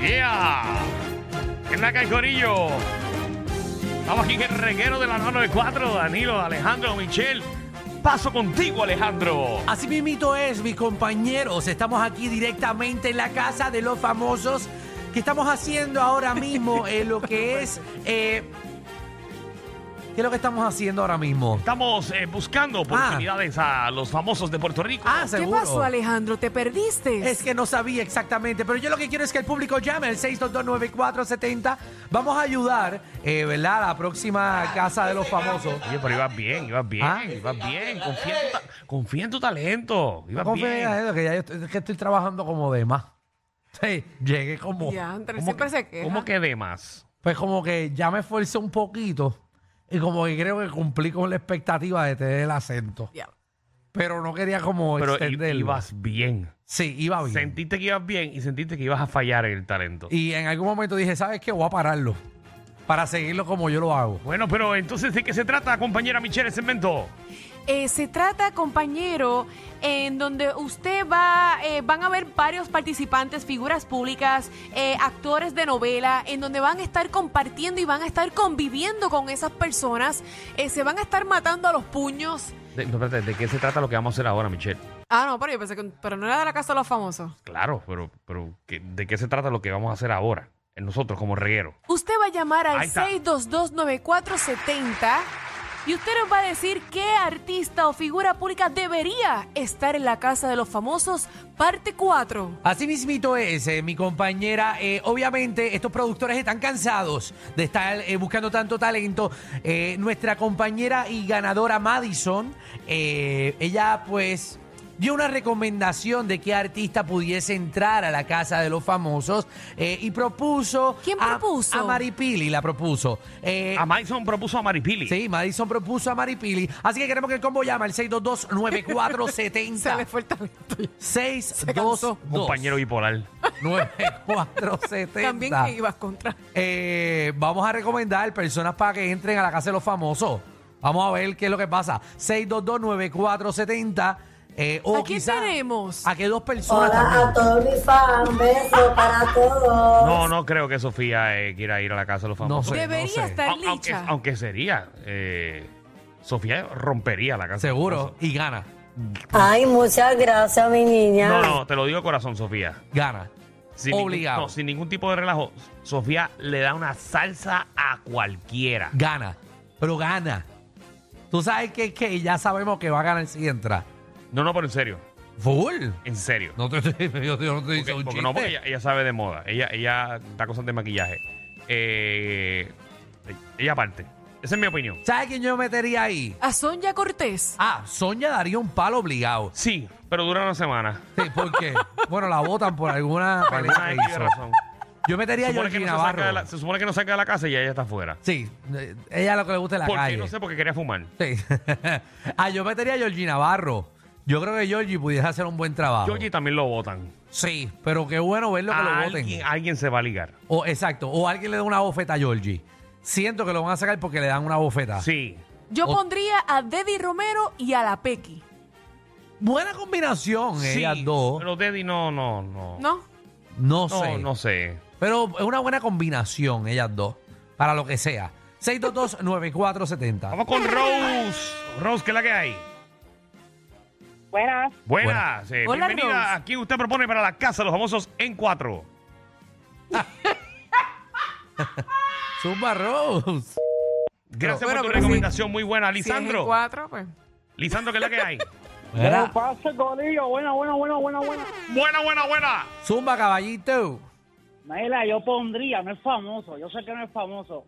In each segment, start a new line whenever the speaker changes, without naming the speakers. ¡Yeah! En la Corillo. Estamos aquí en el reguero de la 994, Danilo, Alejandro, Michelle. Paso contigo, Alejandro.
Así mismito es, mis compañeros. Estamos aquí directamente en la casa de los famosos que estamos haciendo ahora mismo eh, lo que es... eh, ¿Qué es lo que estamos haciendo ahora mismo?
Estamos eh, buscando oportunidades a los famosos de Puerto Rico.
Ah,
¿Qué
seguro.
pasó, Alejandro? ¿Te perdiste?
Es que no sabía exactamente, pero yo lo que quiero es que el público llame al 6229470. Vamos a ayudar, eh, ¿verdad? A la próxima casa de los famosos.
Oye, pero ibas bien, ibas bien,
Ah.
ibas bien. Confía en tu, ta- confía en tu talento. Ibas
No
bien.
confíes en eso, que ya yo estoy, que estoy trabajando como de más. Sí, llegué como...
Ya, Andrés
¿Cómo
siempre
que-
se queja.
¿Cómo que de más?
pues como que ya me esforcé un poquito y como que creo que cumplí con la expectativa de tener el acento.
Ya.
Pero no quería como
Pero i-
extenderlo.
ibas bien.
Sí, iba bien.
Sentiste que ibas bien y sentiste que ibas a fallar en el talento.
Y en algún momento dije, ¿sabes qué? Voy a pararlo para seguirlo como yo lo hago.
Bueno, pero entonces, ¿de qué se trata, compañera Michelle, el segmento?
Eh, se trata, compañero, en donde usted va, eh, van a ver varios participantes, figuras públicas, eh, actores de novela, en donde van a estar compartiendo y van a estar conviviendo con esas personas, eh, se van a estar matando a los puños.
De, no, espérate, ¿de qué se trata lo que vamos a hacer ahora, Michelle?
Ah, no, pero yo pensé que, pero no era de la casa de los famosos.
Claro, pero, pero ¿qué- ¿de qué se trata lo que vamos a hacer ahora? Eh, Nosotros como reguero.
Usted va a llamar al
Ahí está.
622-9470 y usted nos va a decir qué artista o figura pública debería estar en la Casa de los Famosos, parte 4.
Así mismito es, eh, mi compañera. Eh, obviamente, estos productores están cansados de estar eh, buscando tanto talento. Eh, nuestra compañera y ganadora Madison, eh, ella pues dio una recomendación de qué artista pudiese entrar a la casa de los famosos eh, y propuso...
¿Quién
a-
propuso?
A, Maripili la propuso. Eh,
Ah,
A Maison propuso a Maripili.
Sí, Madison propuso a Maripili. Así que queremos que el combo llame al 622-9470.
Se le fue el talento.
622
Compañero bipolar.
9470.
También que ibas contra.
Eh, vamos a recomendar personas para que entren a la casa de los famosos. Vamos a ver qué es lo que pasa. 6229470. Eh, o
¿A quién
quizá-
tenemos?
Ah,
A que dos personas
Hola a
también.
todos mis fans, besos para todos.
No, no creo que Sofía eh, quiera ir a la casa de los famosos.
sé.
debería
sé.
estar
Au- aunque,
Licha.
aunque sería. eh, Sofía rompería la casa. de los
Seguro.
famosos.
Y gana.
Ay, muchas gracias, mi niña.
No, no, te lo digo de corazón, Sofía.
Gana.
Sin ningún-
Obligado.
no, sin ningún tipo de relajo. Sofía le da una salsa a cualquiera.
Gana. Pero gana. Tú sabes que, que ya sabemos que va a ganar si entra.
No, no, pero en serio.
Full.
En serio.
No te estoy, yo, yo no te
porque,
hice un
porque no, porque
chiste.
ella, ella sabe de moda. Ella, ella da cosas de maquillaje. Eh, ella parte. Esa es mi opinión.
¿Sabes quién yo metería ahí?
A Sonia Cortés.
Ah, Sonia daría un palo obligado.
Sí, pero dura una semana.
Sí, porque, bueno, la votan por alguna
Por alguna
pelea que
X
hizo.
razón.
Yo metería a
supone que no
Georgie
se, saca
Navarro.
de la, se supone que no saca de la casa y ya ella está afuera.
Sí, eh, ella lo que le gusta es la
¿Por qué?
calle.
No sé, porque quería fumar.
Sí. ah, yo metería a Georgie Navarro. Yo creo que Georgie pudiese hacer un buen trabajo.
Georgie también lo votan.
Sí, pero qué bueno verlo que lo voten.
Alguien, alguien se va a ligar.
O, exacto, o alguien le da una bofeta a Georgie. Siento que lo van a sacar porque le dan una bofeta.
Sí.
Yo
Ot-
pondría a Deddy Romero y a la Pequi.
Buena combinación
sí,
ellas dos.
Pero Teddy no, no, no.
¿No?
no,
no sé.
no sé.
Pero es una buena combinación ellas dos, para lo que sea. 622-9470.
Vamos con Rose. Rose, ¿qué es la que hay?
Buenas,
Buenas. eh,
Hola,
bienvenida.
Rose.
Aquí usted propone para la casa de los famosos en cuatro.
Zumba Rose.
Gracias
Bueno,
por tu
pero
recomendación muy buena,
Si es en
Lisandro.
cuatro, pues.
Lisandro, ¿qué es la que hay?
Mira,
¿Qué pasa, Corillo? Buena, buena, buena, buena, buena.
buena, buena, buena.
Zumba caballito.
Mira, yo pondría, no es famoso, yo sé que no es famoso,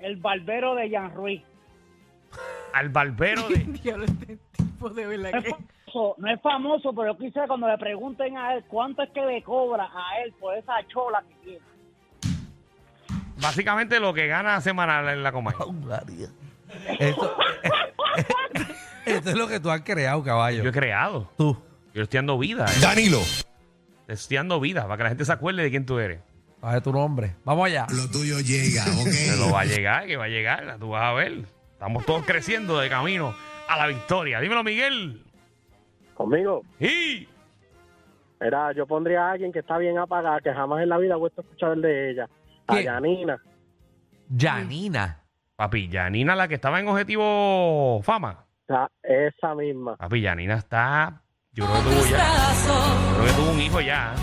el barbero de Jan Ruiz.
Al barbero de.
Diablo, este tipo de
No
verdad
es
que-
famoso, no es famoso, pero yo quisiera cuando le pregunten a él cuánto es que le cobra a él por esa chola que tiene.
Básicamente lo que gana semanal en la coma.
Oh,
Esto, esto es lo que tú has creado, caballo.
Yo he creado.
Tú.
Yo estoy dando vida. eh.
Danilo.
Te estoy dando vida para que la gente se acuerde de quién tú eres.
A ver tu nombre. Vamos allá.
Lo tuyo llega,
Te
¿ok?
lo va a llegar, que va a llegar. Tú vas a ver. Estamos todos creciendo de camino a la victoria. Dímelo, Miguel.
Conmigo,
Y.
Era, yo pondría a alguien que está bien apagada, que jamás en la vida he vuelto a escuchar de ella. A
¿Qué?
Yanina.
Janina.
Papi, Yanina, la que estaba en Objetivo Fama.
la- esa misma.
Papi, Yanina está. Yo creo que tuvo ya. yo creo que tuvo un hijo ya.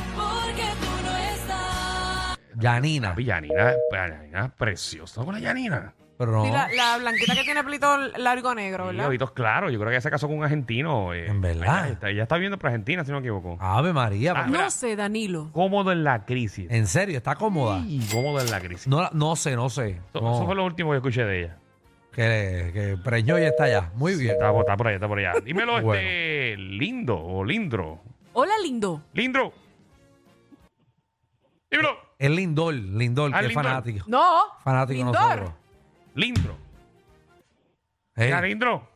Janina.
Papi, Yanina, pues, Yanina es preciosa con la Yanina.
Pero no.
Sí, la, la blanquita que tiene pelito largo negro,
Y
¿verdad?
ojitos claros. Yo creo que ella se casó con un argentino. eh,
En verdad.
allá está- Ella está viendo para Argentina, si no me equivoco.
Ave María.
Ah,
papi.
mira.
No sé, Danilo.
Cómodo en la crisis.
En serio, está cómoda.
Sí, Cómodo en la crisis.
No, la- no sé, no sé.
Eso,
No.
eso fue lo último que escuché de ella.
Que, que preñó y está allá. Muy bien.
Está, está por allá, está por allá. Dímelo,
Bueno.
este lindo o lindro.
Hola, lindo.
Lindro. Dímelo.
Es Lindor, Lindor,
Ah,
que es
Lindor.
fanático.
No.
Fanático de
Lindor.
nosotros.
Lindro.
Ey,
Ya, Lindro.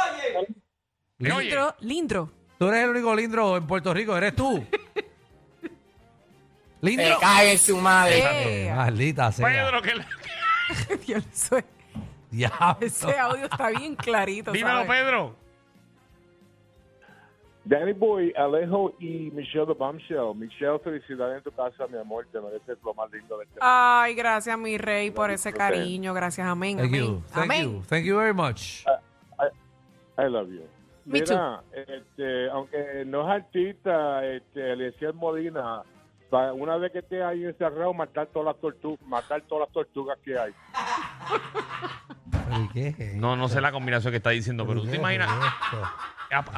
Oye. Oye.
Lindro. Lindro.
tú eres el único Lindro en Puerto Rico, eres tú. Lindro.
cae su madre.
Eh,
Eh,
maldita sea.
Pedro, que la-
Dios, ese-
Diablo.
ese audio está bien clarito.
Dímelo, pues.
¿sabes?
Pedro.
Danny Boy, Alejo y Michelle de Bombshell. Michelle, felicidades en tu casa, mi amor. Te mereces lo más lindo de este
Ay, gracias, mi rey, por ese
Ok.
cariño. Gracias, amén.
Thank
amén.
you. Thank
amén.
you. Thank you very much.
I love you.
Me
Mira, este, aunque no es artista, este, Eliezer Molina, pa- una vez que esté ahí encerrado, matar todas las tortugas, matar todas las tortugas que hay.
¿Pero qué?
No, no sé la combinación que está diciendo, pero tú te
¿Qué
imaginas.
es esto?
a-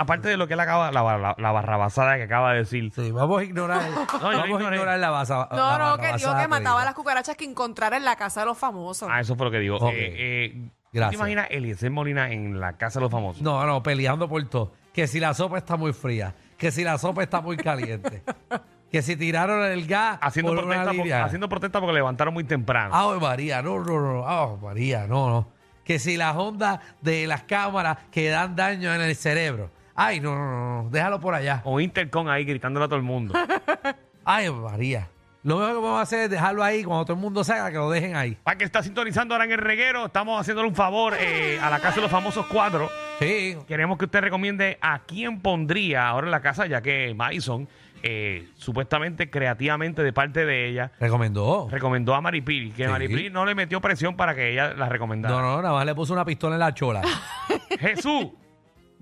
Aparte de lo que él acaba, la, la, la barrabasada que acaba de decir.
Sí, vamos a ignorar. vamos a
ignoré.
ignorar Ah, la basa.
No, no, que dijo que mataba las cucarachas que encontrara en la casa de los famosos.
Ah, eso fue lo que dijo.
Ok.
Eh, eh, ¿Te
Gracias.
imaginas Eliezer Molina en la casa de los famosos?
No, no, peleando por todo. Que si la sopa está muy fría, que si la sopa está muy caliente, que si tiraron el gas
Haciendo,
por una Ah.
protesta por-
línea.
haciendo protesta porque levantaron muy temprano.
Ay, oh, María, no, no, no, ay, María, no, no. Que si las ondas de las cámaras que dan daño en el cerebro. Ay, no, no, no, no, déjalo por allá.
O Intercon ahí gritándole a todo el mundo.
Ay, María. Lo mejor que podemos hacer es dejarlo ahí cuando todo el mundo salga, que lo dejen ahí.
Para que está sintonizando ahora en el reguero, estamos haciéndole un favor eh, a la casa de los famosos cuatro.
Sí,
Queremos que usted recomiende a quién pondría ahora en la casa, ya que Madison, eh, supuestamente creativamente de parte de ella,
recomendó.
recomendó a Maripil, que
Sí.
Maripil no le metió presión para que ella la recomendara.
No, no, nada más le puso una pistola en la chola.
Jesús,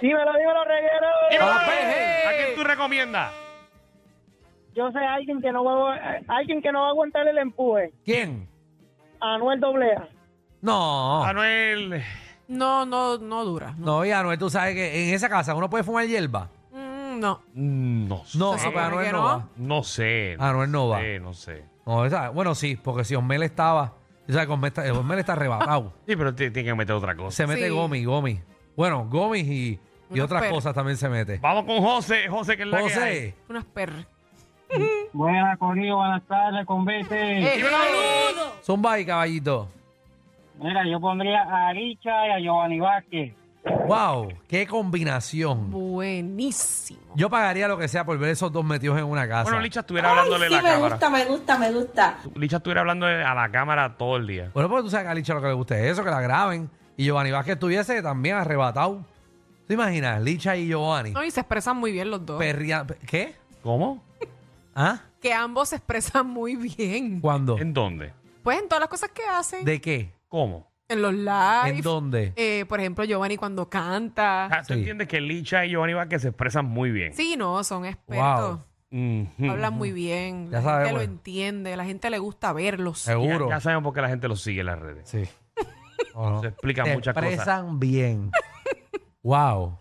Dímelo, dímelo, reguero.
dímelo,
Papi.
¿a quién tú recomiendas?
Yo sé alguien que no va a, eh, alguien que no va a aguantar el empuje.
¿Quién?
Anuel Doblea.
No.
Ah,
Anuel.
No, no, no dura. No.
No, y Anuel, tú sabes que en esa casa uno puede fumar hierba.
Mm, no.
Mm, No sé.
No,
Se
no, pero
supone
Anuel
que
no
no.
va.
No sé.
Anuel no va.
sé, no sé.
No, esa- bueno, sí, porque si Osmel estaba, tú sabes que Osmel está, Osmel está arrebatado.
Sí, pero t- tiene que meter otra cosa.
se mete
Sí.
Gomi, Gomi. Bueno, Gomi y, y
Una
otras
perra.
cosas también se mete.
Vamos con José, José, que es la que hay.
José,
Unas perras.
Buenas, conmigo, buenas tardes, convete.
Eh, saludo.
zumba y caballito.
Mira, yo pondría a Aricha y a Giovanni Vázquez.
¡Wow! ¡Qué combinación!
Buenísimo.
Yo pagaría lo que sea por ver esos dos metidos en una casa.
Bueno, Licha estuviera hablándole a la
me
cámara.
gusta, me gusta, me gusta.
Licha estuviera hablándole a la cámara todo el día.
Bueno, porque tú sabes que a Licha lo que le gusta es eso, que la graben. Y Giovanni Vázquez estuviese también arrebatado. ¿Te imaginas? Licha y Giovanni.
No, y se expresan muy bien los dos.
Perria- ¿Qué?
¿Cómo?
¿Ah?
que ambos se expresan muy bien.
¿Cuándo?
¿En dónde?
Pues en todas las cosas que hacen.
¿De qué?
¿Cómo?
en los lives.
¿En dónde?
Eh, por ejemplo, Giovanni cuando canta.
Ah, ¿Tú
Sí.
entiendes que Licha y Giovanni Vázquez se expresan muy bien?
Sí, no, son expertos.
Ujú.
Hablan muy bien.
Ya
la gente
sabemos. Eh.
lo entiende. La gente le gusta verlos.
Ya,
Seguro.
ya sabemos por qué la gente los sigue en las redes.
Sí. ¿O no?
Se explican
Te
muchas cosas.
expresan bien. wow.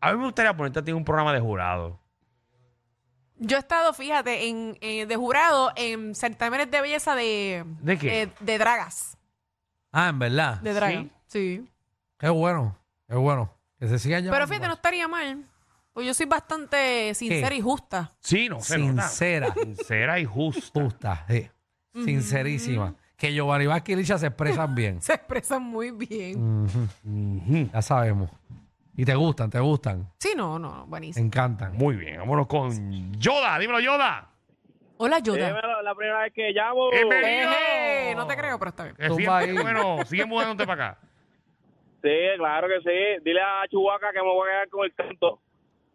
A mí me gustaría ponerte a ti en un programa de jurado.
Yo he estado, fíjate, en, eh, de jurado en certámenes de belleza de...
¿De qué?
eh, de dragas.
Ah, en verdad.
De dragas. Sí.
Qué bueno. Qué bueno. Que se sigan llamando.
Pero fíjate, no estaría mal. Pues yo soy bastante sincera y justa.
Sí, no sé.
Sincera.
Sincera y justa.
Justa. sí. Sincerísima. Que Giovanni Vázquez y Licha se expresan bien.
Se expresan muy bien.
Ujú.
Ujú.
Ya sabemos. Y te gustan, te gustan.
Sí, no, no,
Te
buenísimo.
encantan.
Muy bien, vámonos con Yoda. Dímelo, Yoda.
Hola, Yoda.
la primera vez que llamo.
Bienvenido.
Eje, Eh, no te creo, pero está bien.
Que
Tumba
siempre-
ahí.
bueno, sigue mudándote para acá.
Sí, claro que sí. Dile a Chubaca que me voy a quedar con el canto.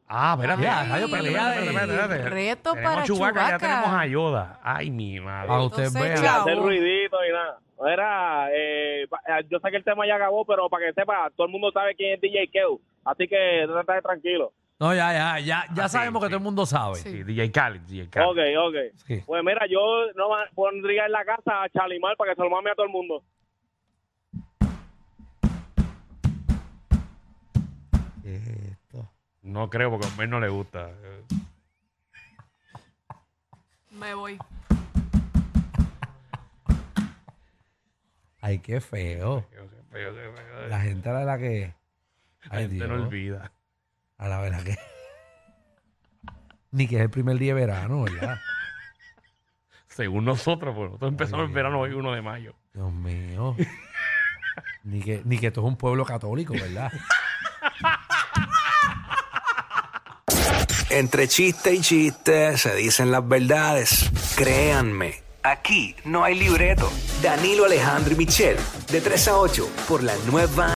Ah, Ah, espérate.
Ya, rayo,
Espérate,
pelea
espérate,
de-
espérate, espérate.
reto
Tenemos
para
a Chewbacca, Ya
Chewbacca.
tenemos a Yoda. Ay, mi madre.
Ah, usted
Entonces,
vea.
chao.
hacer ruidito y nada. Era, eh, pa- eh, yo sé que el tema ya acabó, pero para que sepa, todo el mundo sabe quién es DJ Keo. Así que trata de tranquilo.
No, ya, ya, ya, ya
Ah, sí,
sabemos que
sí.
todo el mundo sabe.
Sí.
Sí, DJ Khaled, DJ Khaled.
Ok, ok.
Sí.
Pues mira, yo no ma- pondría en la casa a Chalimar para que se lo mame a todo el mundo.
No creo, porque a Homer no le gusta. Eh,
Me voy.
Ay, qué feo.
yo sé, yo sé, yo sé.
La gente a la que.
La
Ay,
gente
Dios.
no olvida.
A la verdad que. Ni que es el primer día de verano, ¿verdad?
Según nosotros, pues nosotros empezamos el
Dios.
verano hoy, 1 de mayo.
Dios mío. Ni que, ni que esto es un pueblo católico, ¿verdad?
Entre chiste y chiste se dicen las verdades. Créanme, aquí no hay libreto. Danilo Alejandro y Michel, de 3 a 8, por la nueva